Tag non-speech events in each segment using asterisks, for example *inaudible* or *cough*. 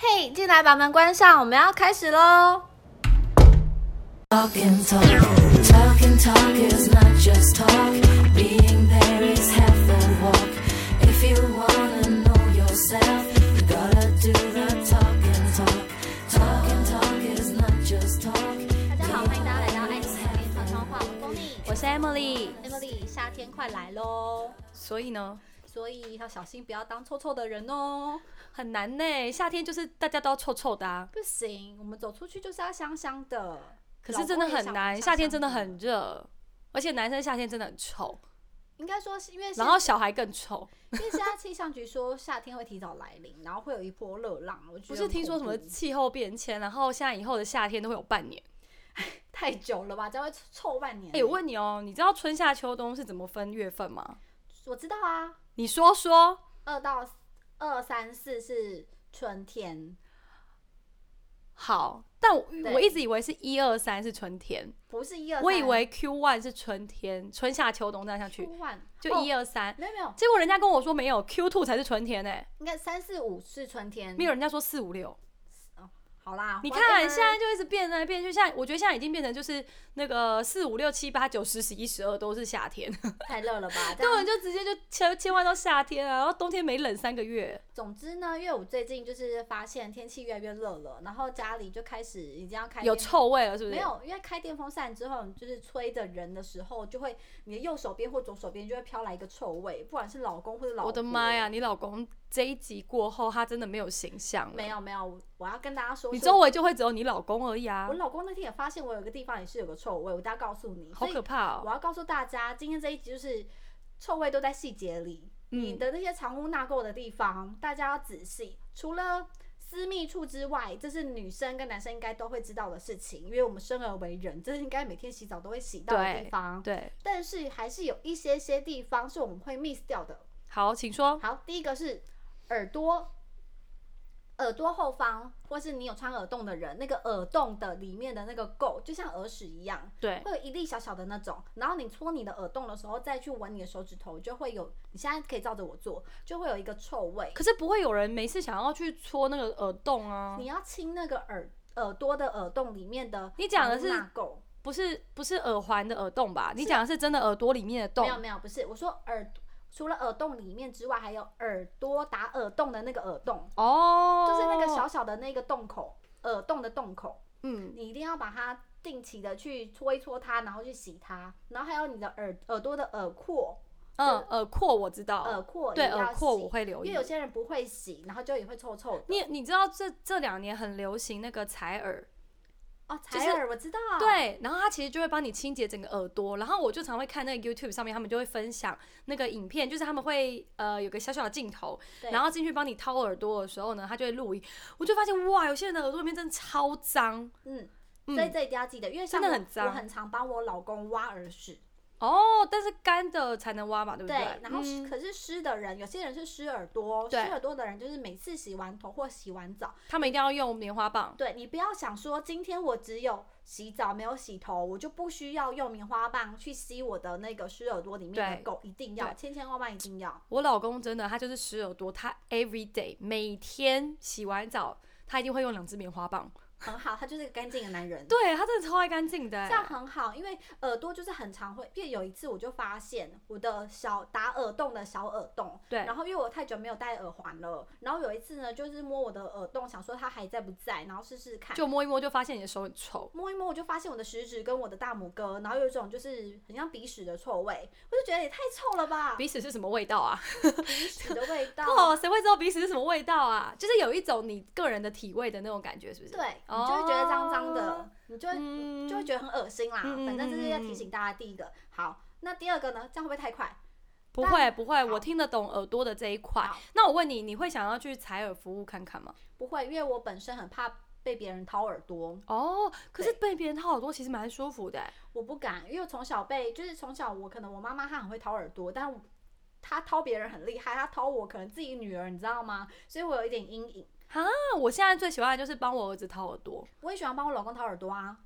哎进来，把门关上，我们要开始喽。 Talking, talk, talking, talk is not just talk. Being there is half the walk. If you wanna know yourself, you gotta do the talking, talk. Talking, talk is not just talk. 大家好，欢迎大家来到爱情面悄悄话，我是 Tony，我是 Emily，我 Emily，夏天快来喽，所以呢所以要小心不要当臭臭的人哦。很难呢，夏天就是大家都要臭臭的、啊，不行，我们走出去就是要香香的。可是真的很难，夏天真的很热，而且男生夏天真的很臭，应该说是因为现然后小孩更臭，因为现在气象局说夏天会提早来临，然后会有一波热浪，我觉不得是很听说什恐么怖气候变迁，然后现在以后的夏天都会有半年。太久了吧，这样会臭半年。哎、我问你哦，你知道春夏秋冬是怎么分月份吗？我知道啊，你说说，二到二三四是春天，好，但我对我一直以为是一二三是春天，不是一二。我以为 Q one 是春天，春夏秋冬这样下去初晚就一二，二三，哦没有没有，结果人家跟我说没有 Q two 才是春天呢、应该三四五是春天。没有人家说四五六。啊好啦，你 whatever 看现在就一直变来变去，现在我觉得现在已经变成就是那个四五六七八九十十一十二都是夏天，太热了 *laughs* 吧？根根本本就就直接就切切换到夏天啊，然后冬天没冷三个月，总之呢，因为我最近就是发现天气越来越热了，然后家里就开始已经要开有电臭味了是不是？没，有，因为开电风扇之后，你就是吹的人的时候，就会你的右手边或左手边就会飘来一个臭味，不管是老公或者老我的婆妈呀！！你老公这一集过后，他真的没有形象了，没，有没有，我要跟大家说，你是周我围就会只有你老公而已啊我，老公那天也发现我有个地方也是有个臭味，我等下告诉你。好所以可怕我哦！要告诉大家，今天这一集就是臭味都在细节里，你嗯，的那些藏污纳垢的地方，大家要仔细。除了私密处之外，这是女生跟男生应该都会知道的事情，因为我们生而为人，这是应该每天洗澡都会洗到的地对方。对，但是还是有一些些地方是我们会 miss 掉的。好，请说。好，第一个是耳朵，耳朵后方，或是你有穿耳洞的人，那个耳洞的里面的那个垢，就像耳屎一样，对，会有一粒小小的那种。然后你搓你的耳洞的时候，再去闻你的手指头，就会有。你现在可以照着我做，就会有一个臭味。可是不会有人没事想要去戳那个耳洞啊你？要清那个耳耳朵的耳洞里面的，你讲的是垢。不是，不是耳环的耳洞吧？你讲的是真的耳朵里面的洞没有没有，不是，我说耳除了耳洞里面之外，还有耳朵打耳洞的那个耳洞，哦，就是那个小小的那个洞口，耳洞的洞口，嗯，你一定要把它定期的去搓一搓它，然后去洗它，然后还有你的耳耳朵的耳廓，嗯，耳廓我知道，耳廓对也要耳廓洗我会留因为意有。些人不会洗，然后就也会臭臭的。你你知道这这两年很流行那个采耳，哦，就采是耳我知道，，对，然后它其实就会帮你清洁整个耳朵，然后我就常会看那个 YouTube 上面，他们就会分享那个影片，就是他们会呃有个小小的镜头，对然后进去帮你掏耳朵的时候呢，它就会录影，我就发现哇，有些人的耳朵里面真的超脏嗯，嗯所以这一定要记得，因为像真的我很脏我很常帮我老公挖耳屎，哦，但是干的才能挖嘛，对不对，然后湿嗯、可是湿的人，有些人是湿耳朵，湿对耳朵的人就是每次洗完头或洗完澡，他们一定要用棉花棒，对你不要想说今天我只有洗澡没有洗头，我就不需要用棉花棒去吸我的那个湿耳朵里面的对垢，一定要对千千万万一定要。我老公真的，他就是湿耳朵，他 every day 每天洗完澡，他一定会用两支棉花棒。很好，他就是个干净的男人。对他真的超爱干净的欸，这样很好，因为耳朵就是很常会，因为有一次我就发现我的小打耳洞的小耳洞，对然后因为我太久没有戴耳环了，然后有一次呢，就是摸我的耳洞，想说它还在不在，然后试试看，就摸一摸就发现你的手很臭。摸一摸，我就发现我的食指跟我的大拇哥，然后有一种就是很像鼻屎的臭味，我就觉得也太臭了吧，鼻鼻屎是什么味道啊？屎的味道。 *laughs* 哦，谁会知道鼻屎是什么味道啊？就是有一种你个人的体味的那种感觉，是不是？对，你就会觉得脏脏的哦，你就会、嗯就会觉得很恶心啦。嗯嗯反正这是要嗯嗯提醒大家第一个。好，那第二个呢？这样会不会太快？不但会不会，好我听得懂耳朵的这一块好。那我问你，你会想要去采耳服务看看吗？不会，因为我本身很怕被别人掏耳朵，哦，可是对被别人掏耳朵其实蛮舒服的欸。我不敢，因为我从小被就是从小我可能我妈妈她很会掏耳朵，但我她掏别人很厉害，她掏我可能自己女儿，你知道吗？所以我有一点阴影。那我现在最喜欢的就是帮我儿子掏耳朵，我也喜欢帮我老公掏耳朵啊，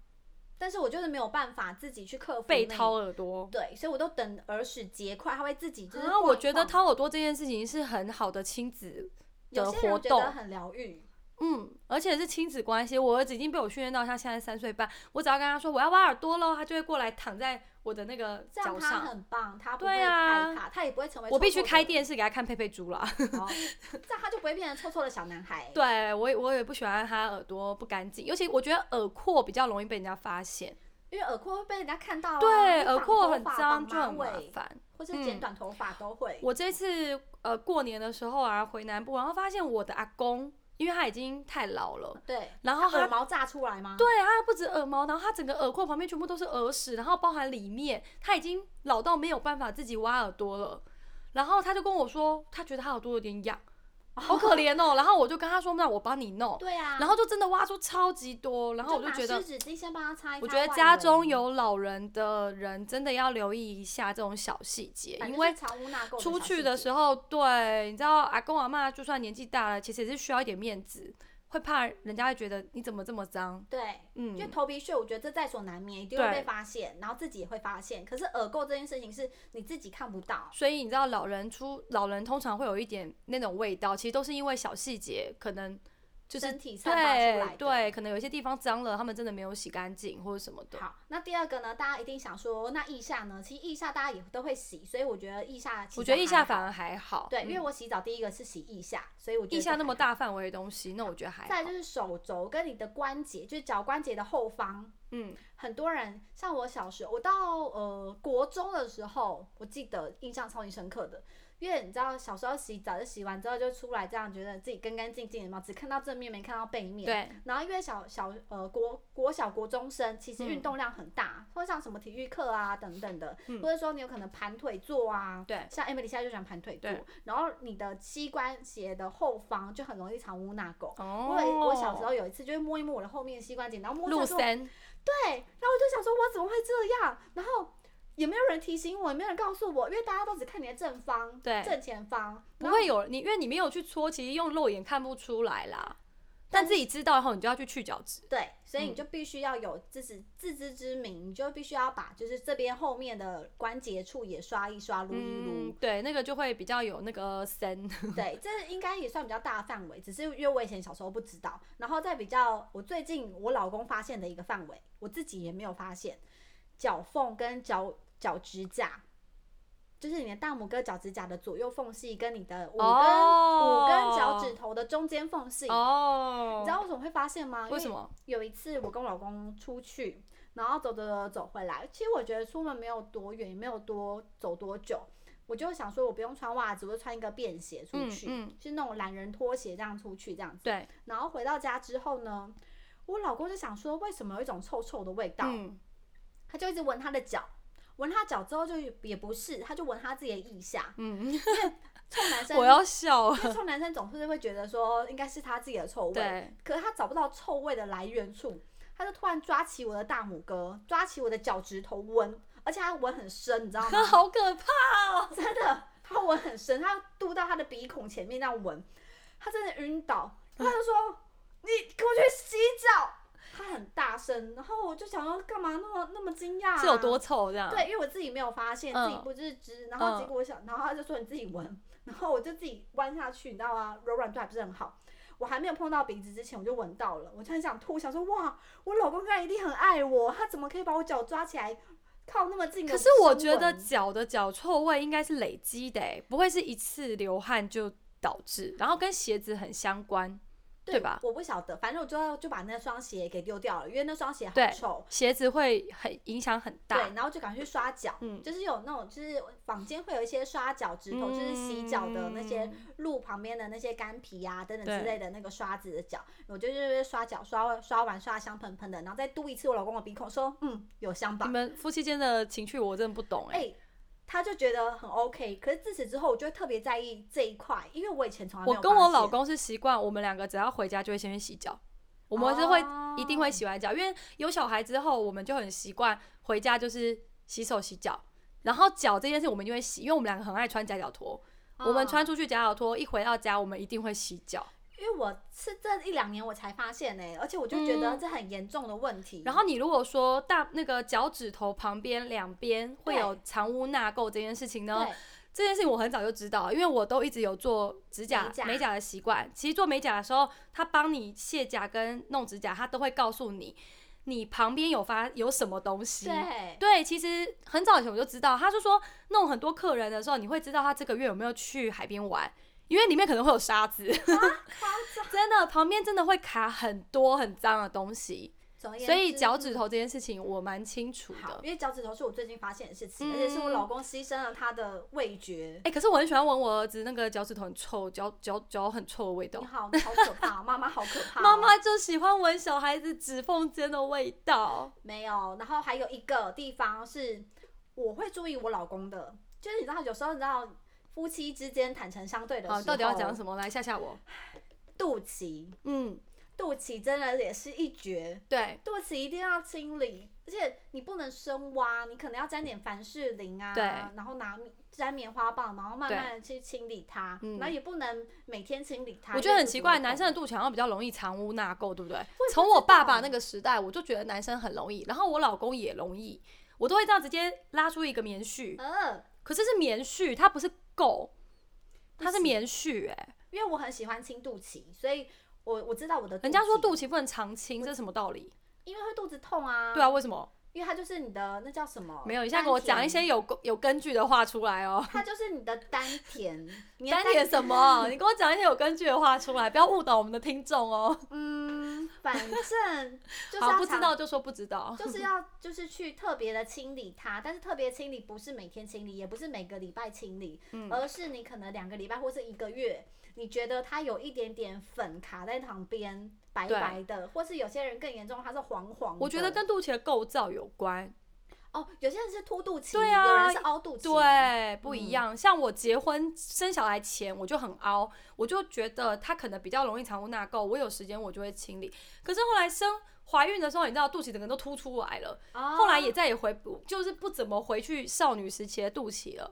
但是我就是没有办法自己去克服被那掏。耳朵。对，所以我都等耳屎结块，他会自己就是啊，我觉得他掏耳朵这件事情是很好的亲子有的些人活觉得动，很疗愈，嗯，而且是亲子关系。我儿子已经被我训练到，他现在三岁半，我只要跟他说我要挖耳朵喽，他就会过来躺在我的那个这样脚他上。很棒，他不会对啊害怕，他也不会成为我必须臭臭的开电视给他看佩佩猪啦。 *laughs* 哦，这样他就不会变成臭臭的小男孩。对我也我也不喜欢他耳朵不干净，尤其我觉得耳廓比较容易被人家发现。因为耳廓会被人家看到、啊，对，你绑耳廓很头发脏就绑马很麻尾烦。嗯或是剪短头发都会。我这次呃过年的时候啊回南部，然后发现我的阿公，因为他已经太老了，对，然后耳他毛炸出来吗？对他不止耳毛，然后他整个耳廓旁边全部都是耳屎，然后包含里面，他已经老到没有办法自己挖耳朵了。然后他就跟我说，他觉得他耳朵有点痒，好可怜哦。然后我就跟他说，那我帮你弄。对啊，然后就真的挖出超级多，然后我就就拿觉得湿纸巾先帮他擦一我擦外觉围。得家中有老人的人真的要留意一下这种小细节，反正因就是为藏污纳垢出去的候，时候，对，你知道阿公阿妈就算年纪大了，其实也是需要一点面子，会怕人家会觉得你怎么这么脏，对，嗯就头皮屑，我觉得这在所难免，一定会对被发现，然后自己也会发现。可是耳垢这件事情是你自己看不到，所以你知道老人出老人通常会有一点那种味道，其实都是因为小细节，可能就是身体散发出来对的对，可能有一些地方脏了，他们真的没有洗干净或者什么的，好，那第二个呢？大家一定想说，那腋下呢？其实腋下大家也都会洗，所以我觉得腋下其实还好，我觉得腋下反而还好，对，嗯因为我洗澡第一个是洗腋下，所以我觉得腋下那么这还好。大范围的东西，那我觉得还好，再来就是手肘跟你的关节，就是脚关节的后方。嗯，很多人像我小时候，我到呃国中的时候，我记得印象超级深刻的，因为你知道小时候洗澡就洗完之后就出来，这样觉得自己干干净净的嘛，只看到正面没看到背面。对。然后因为小小呃国国小国中生其实运动量很大，或像什么体育课嗯啊等等的，或者说你有可能盘腿坐啊，对像 Emily 现在就喜欢盘腿坐对，然后你的膝关节的后方就很容易藏污纳垢。哦我有我小时候有一次就会摸一摸我的后面膝关节，然后摸陆下去，对，森，然后我就想说我怎么会这样，然后。也没有人提醒我，也没有人告诉我，因为大家都只看你的正方、对正前方，不会有你，因为你没有去搓，其实用肉眼看不出来啦。但自己知道后，你就要去去角质。对，所嗯以你就必须要有自知自知之明，你就必须要把就是这边后面的关节处也刷一刷、撸一嗯撸。，对，那个就会比较有那个森。 *laughs* 对，这应该也算比较大的范围，只是因为我以前小时候不知道，然后再比较我最近我老公发现的一个范围，我自己也没有发现，脚缝跟脚脚指甲。就是你的大拇哥脚指甲的左右缝隙，跟你的五根、五根脚趾头的中间缝隙哦，你知道为什么会发现吗？因为什么？有一次我跟我老公出去，然后走走走走回来，其实我觉得出门没有多远，也没有多走多久，我就想说我不用穿袜子，我就穿一个便鞋出嗯去，嗯是那种懒人拖鞋这样出去这样子。对，然后回到家之后呢，我老公就想说为什么有一种臭臭的味道，嗯，他就一直闻他的脚。闻他脚之后就也不是，他就闻他自己的腋下。嗯，臭男生，我要笑了。因为臭男生总是会觉得说应该是他自己的臭味， *laughs* 对，可是他找不到臭味的来源处，他就突然抓起我的大拇哥，抓起我的脚趾头闻，而且他闻很深，你知道吗？好可怕。真的，他闻很深，他嘟到他的鼻孔前面那样闻，他真的晕倒，他就说：“你给我去洗澡。”他很大声，然后我就想说，干嘛那么那么惊讶、啊？是有多臭这样？，对，因为我自己没有发现，自己嗯不自知，然后结嗯果我想，然后他就说你自己闻，然后我就自己弯下去，你知道吗？柔软度还不是很好，我还没有碰到鼻子之前我就闻到了，我就很想吐，想说哇，我老公刚才一定很爱我，他怎么可以把我脚抓起来靠那么近的可深是我闻？觉得脚的脚臭味应该是累积的欸，不会是一次流汗就导致，然后跟鞋子很相关，对吧？我不晓得，反正我就就把那双鞋给丢掉了，因为那双鞋好对臭。鞋子会很影响很大对，。然后就赶快去刷脚，嗯就是有那种，就是坊间会有一些刷脚趾头，就是洗脚的那些嗯路旁边的那些干皮啊等等对之类的那个刷子的脚，我就是刷脚刷完刷完刷得香喷喷的，然后再嘟一次我老公的鼻孔，说嗯有香吧你，们夫妻间的情趣我真的不懂哎、哎、他就觉得很 OK，可是自此之后我就会特别在意这一块，因为我以前从来没我有跟发我现老公是习惯，我们两个只要回家就会先去洗脚，我们是会、哦一定会洗完脚，因为有小孩之后，我们就很习惯回家就是洗手洗脚，然后脚这件事我们就会洗，因为我们两个很爱穿夹脚拖，我们哦穿出去夹脚拖，一回到家我们一定会洗脚。因为我是这一两年我才发现呢、欸而且我就觉得嗯这很严重的问题。然后你如果说大那个脚趾头旁边两边会有对藏污纳垢这件事情呢对，这件事情我很早就知道，因为我都一直有做指甲、美甲的习惯。其实做美甲的时候，他帮你卸甲跟弄指甲，他都会告诉你你旁边有发有什么东西。对，对，其实很早以前我就知道，他是说弄很多客人的时候，你会知道他这个月有没有去海边玩，因为里面可能会有沙子，啊 *laughs* 真的旁边真的会卡很多很脏的东西，总而言所以之脚趾头这件事情我蛮清楚哦好，的。因为脚趾头是我最近发现的事情，嗯而且是我老公牺牲了他的味觉。哎、可是我很喜欢闻我儿子那个脚趾头很臭、脚脚脚很臭的味道你。好，你好可 *laughs* 怕哦，妈妈好可怕哦。妈妈就喜欢闻小孩子指缝间的味道。没有，然后还有一个地方是我会注意我老公的，就是你知道，有时候你知道夫妻之间坦诚相对的时好，候，哦到底要讲什么？么？来吓吓我。肚脐，嗯，肚脐真的也是一绝，对，肚脐一定要清理，而且你不能深挖，你可能要沾点凡士林啊，嗯对然后拿沾棉花棒，然后慢对慢的去清理它，嗯然后也不能每天清理它。我觉得很奇怪，因为男肚生的子会痛肚脐好像比较容易藏污纳垢，对不对？不知从我爸爸道那个时代，我就觉得男生很容易，然后我老公也容易，我都会这样直接拉出一个棉絮，呃，可是是棉絮，它不是垢，它是不行棉絮、哎，因为我很喜欢清肚脐，所以我我知道我的。人家说肚，脐不能常清，这是什么道理？因为会肚子痛啊。对啊，为什么？因为它就是你的那叫什么？没有，你现在给我讲一些丹田，有有根据的话出来哦。它就是你的丹 *laughs* 田。你的丹田什么？你给我讲一些有根据的话出来，不要误导我们的听众哦。嗯，反正 *laughs* 就是好，要不知常道，就说不知道。就是要就是去特别的清理它，但是特别清理不是每天清理，也不是每个礼拜清理，嗯而是你可能两个礼拜或是一个月，你觉得它有一点点粉卡在旁边，白对白的，或是有些人更严重，它是黄黄的。我觉得跟肚脐的构造有关，哦，有些人是凸肚脐，对啊有人是凹肚脐，，对，不一嗯样。像我结婚生小孩前，我就很凹，我就觉得它可能比较容易藏污纳垢，我有时间我就会清理。可是后来生怀孕的时候，你知道肚脐整个都凸出来了，哦、后来也再也回不，就是不怎么回去少女时期的肚脐了。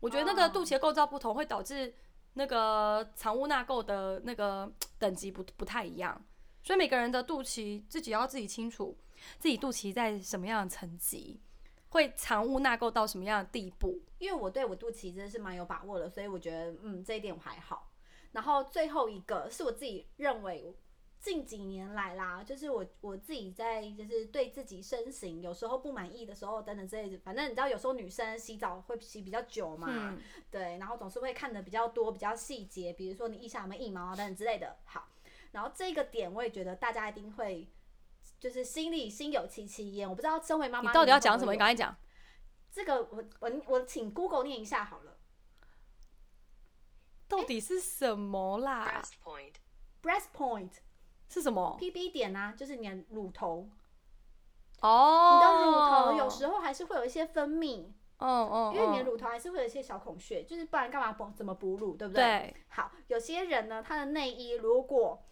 我觉得那个哦肚脐的构造不同，会导致那个藏污纳垢的那个等级不不太一样，所以每个人的肚脐自己要自己清楚，自己肚脐在什么样的层级，会藏污纳垢到什么样的地步。因为我对我肚脐真的是蛮有把握的，所以我觉得嗯这一点我还好。然后最后一个是我自己认为近几年来啦，就是我我自己在就是对自己身形有时候不满意的时候等等之类的，反正你知道有时候女生洗澡会洗比较久嘛，嗯，对，然后总是会看的比较多，比较细节，比如说你腋下有没有腋毛啊等等之类的。好，然后这个点我也觉得大家一定会就是心里心有戚戚焉。我不知道身为妈你妈到底要们会讲不什么？会你有赶快讲。这个我我我请 Google 念一下好了。到底是什么啦？ Breast point. breast point 是什么？ PB 点啊，就是你的乳头，你的乳哦，头有时候还是会有一些分泌，嗯，嗯嗯，因为你的乳头还是会有一些小孔穴，就是不然干嘛补怎么哺乳，对不对？哦对，好，有些人呢，他的内衣如果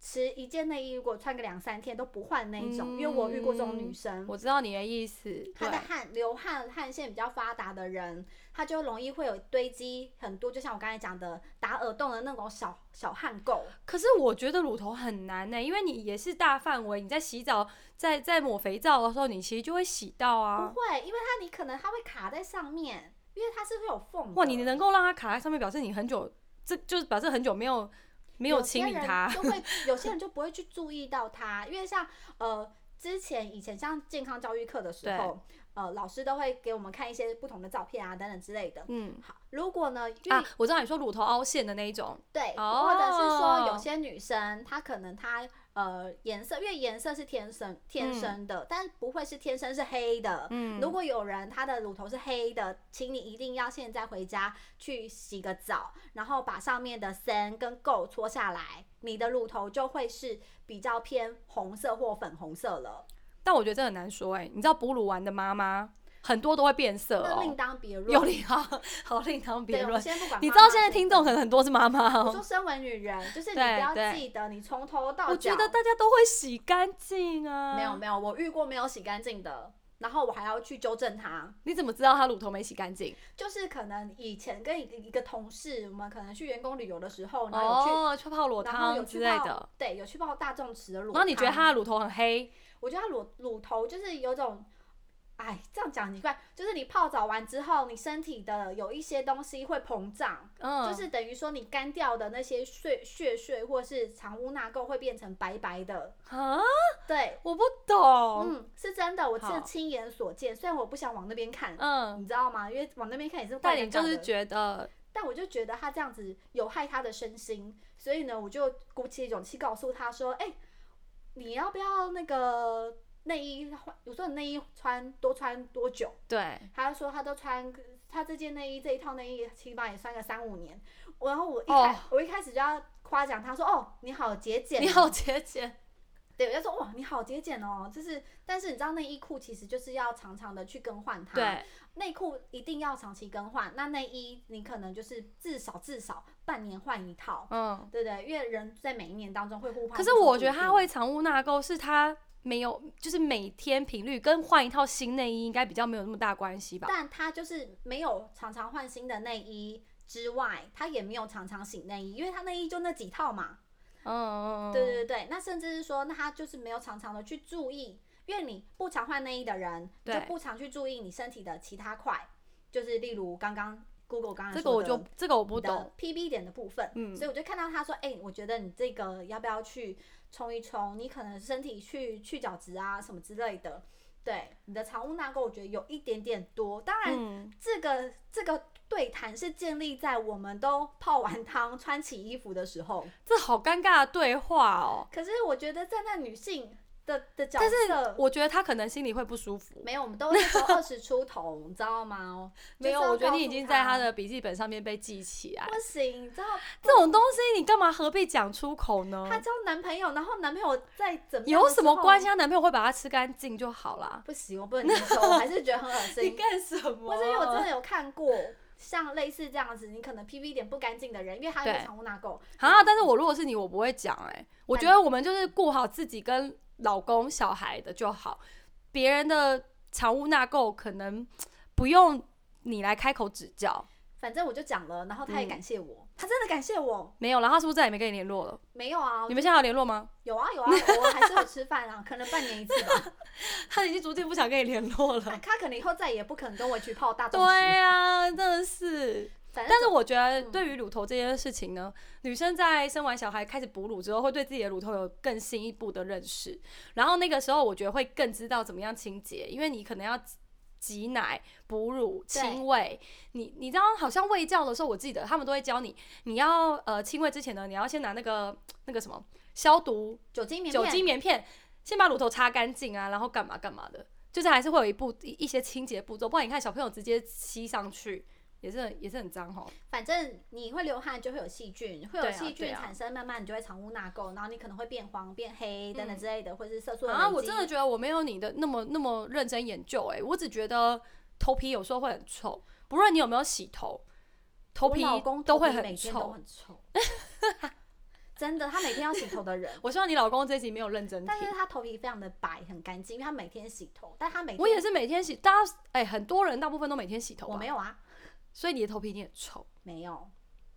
持一件内衣，如果穿个两三天都不换那一种，因为我有遇过这种女生，嗯我知道你的意思。她对的，汗流汗汗腺比较发达的人，她就容易会有堆积很多，就像我刚才讲的打耳洞的那种小小汗垢。可是我觉得乳头很难呢、欸因为你也是大范围，你在洗澡、在在抹肥皂的时候，你其实就会洗到啊不。会，因为它你可能它会卡在上面，因为它是会有缝的。哇，你能够让它卡在上面，表示你很久，这就是表示很久没有没有清理它。有些人就会有些人就不会去注意到它，因为像呃之前以前像健康教育课的时候，呃老师都会给我们看一些不同的照片啊等等之类的。 *laughs* 嗯好，如果呢，因为、啊，我知道你说乳头凹陷的那一种，对，哦或者是说有些女生她可能她呃颜色，因为颜色是天生天生的，但不会是天生是黑的。嗯如果有人她的乳头是黑的，请你一定要现在回家去洗个澡，然后把上面的森跟垢搓下来，你的乳头就会是比较偏红色或粉红色了。但我觉得这很难说哎、你知道哺乳完的妈妈很多都会变色那另哦、当别论。有理好 *laughs* 好另当别对，我们论。先不管妈妈。你知道现在听众可能很多是妈妈我说哦，身为女人，就是你不对要对记得你从头到脚。我觉得大家都会洗干净啊。没有没有，我遇过没有洗干净的，然后我还要去纠正他。你怎么知道她乳头没洗干净？就是可能以前跟一个一个同事，我们可能去员工旅游的时候，然后有去，哦，去泡裸然后有汤去之类泡的。，对，有去泡大众池的乳然后你觉得汤她的乳头很黑，我觉得他乳乳头就是有种哎，这样讲很奇怪，就是你泡澡完之后，你身体的有一些东西会膨胀，嗯，就是等于说你干掉的那些血血水或是藏污纳垢会变成白白的。啊，对，我不懂，嗯，是真的，我哦好是亲眼所见，虽然我不想往那边看，嗯，你知道吗？因为往那边看也是怪但你尴就尬是的觉得，但我就觉得他这样子有害他的身心，所以呢，我就鼓起勇气告诉他说：“哎、你要不要那个内衣换？我说你内衣穿多穿多久对，？”他就说他都穿他这件内衣这一套内衣起码也穿个三五年。然后我一开、哦我一开始就要夸奖他说：“哦，你好节俭哦，你好节 *laughs* 俭，对，我就说哇，你好节俭哦。”就是，但是你知道内衣裤其实就是要常常的去更换它，对，内裤一定要长期更换，那内衣你可能就是至少至少半年换一套，嗯。对不对？因为人在每一年当中会互换。可是我觉得他，会藏污纳垢，是他没有，就是每天频率跟换一套新内衣应该比较没有那么大关系吧？但他就是没有常常换新的内衣之外，他也没有常常洗内衣，因为他内衣就那几套嘛。嗯嗯嗯，对对对，那甚至是说，那他就是没有常常的去注意，因为你不常换内衣的人，你就对不常去注意你身体的其他块，就是例如刚刚 Google 刚刚这个说我的就这个我不你懂的，PB 点的部分，嗯所以我就看到他说，哎、我觉得你这个要不要去冲一冲？你可能身体去去角质啊什么之类的，对，你的藏污纳垢我觉得有一点点多。当然，嗯，这个、这个对谈是建立在我们都泡完汤穿起衣服的时候，这好尴尬的对话哦。可是我觉得站在女性的的角但色，是我觉得他可能心里会不舒服。没有，我们都那时候 *laughs* 二十出头，你知道吗？没有，就是要我觉得告你已诉经在他他的笔记本上面被记起来不。行，你知道这种东西你干嘛何必讲出口呢她？交男朋友，然后男朋友再怎么样嗯有的什么时候关系？她男朋友会把它吃干净就好啦。不行，我不能接受，我还是觉得很恶 *laughs* 你心。干什么？啊或是因为我真的有看过，像类似这样子，你可能 PV 点不干净的人，因为他有对藏污纳垢，啊！但是我如果是你，我不会讲哎、我觉但得我们就是顾好自己跟老公、小孩的就好，别人的藏污纳垢可能不用你来开口指教。反正我就讲了，然后他也嗯感谢我，他真的感谢我。没有了，他是不是再也没跟你联络了？没有啊你，们现在有联络吗？有啊有啊，我还是有吃饭啊，可能半年一 *laughs* 次吧。 *laughs* 他已经逐渐不想跟你联络他了。他可能以后再也不肯跟我去泡大众对池。啊，真的是。反正但是我觉得嗯对于乳头这件事情呢，女生在生完小孩开始哺乳之后，会对自己的乳头有更新一步的认识。然后那个时候，我觉得会更知道怎么样清洁，因为你可能要挤奶、哺乳、对亲喂。你你知道，好像喂教的时候，我记得他们都会教你，你要呃亲喂之前呢，你要先拿那个那个什么消毒酒精棉酒片精棉片，先把乳头擦干净啊，然后干嘛干嘛的，就是还是会有一步一一些清洁步骤，不然你看小朋友直接吸上去。也是很也是很脏哦吼，反正你会流汗就会有细菌，对会有啊细对菌啊产生，慢慢你就会藏污纳垢，然后你可能会变黄、变黑等等嗯之类的，或者是色素的啊，累我积真的觉得我没有你的那么那么认真研究、欸，我只觉得头皮有时候会很臭，不论你有没有洗头，头我皮老公都头会皮很每天都臭。很臭， *laughs* 真的，他每天要洗头的人，我希望你老公这集没有认真听但。是他头皮非常的白，很干净，因为他每天洗头，但他每天我也是每天洗，大家哎、很多人大部分都每天洗头吧，我没有啊，所以你的头皮一定很臭。没有，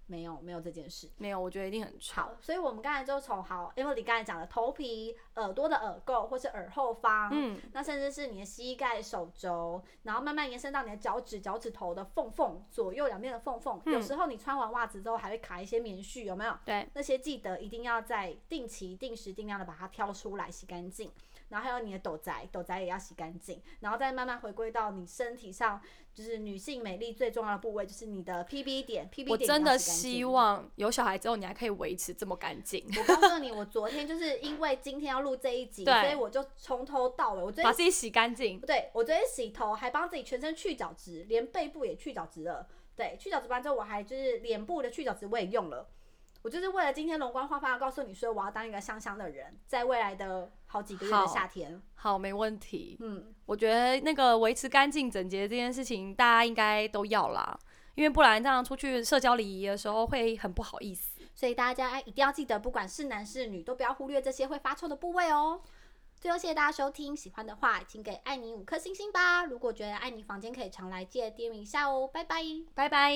没有，没有这件事。没有，我觉得一定很臭。好，所以我们刚才就从好 Emily 刚才讲的头皮、耳朵的耳垢或是耳后方，嗯，那甚至是你的膝盖、手肘，然后慢慢延伸到你的脚趾、脚趾头的缝缝，左右两边的缝缝。有嗯时候你穿完袜子之后还会卡一些棉絮，有没有？对，那些记得一定要在定期、定时、定量的把它挑出来洗干净。然后还有你的斗宅，斗宅也要洗干净，然后再慢慢回归到你身体上，就是女性美丽最重要的部位，就是你的 PB 点，PB 点我也真要的洗干希净。望有小孩之后你还可以维持这么干净，我告诉你，我昨天就是因为今天要录这一 *laughs* 集，对所以我就从头到尾，我最把自己洗干净不。对，我昨天洗头还帮自己全身去角质，连背部也去角质了。对，去角质完之后，我还就是脸部的去角质我也用了。我就是为了今天容光焕发，告诉你说我要当一个香香的人，在未来的好几个月好的夏天，好，没问题。嗯，我觉得那个维持干净整洁这件事情，大家应该都要啦，因为不然这样出去社交礼仪的时候会很不好意思。所以大家一定要记得，不管是男是女，都不要忽略这些会发臭的部位哦。最后谢谢大家收听，喜欢的话请给爱你五颗星星吧。如果觉得爱你房间可以常来，记得点名一下哦，拜拜。拜拜。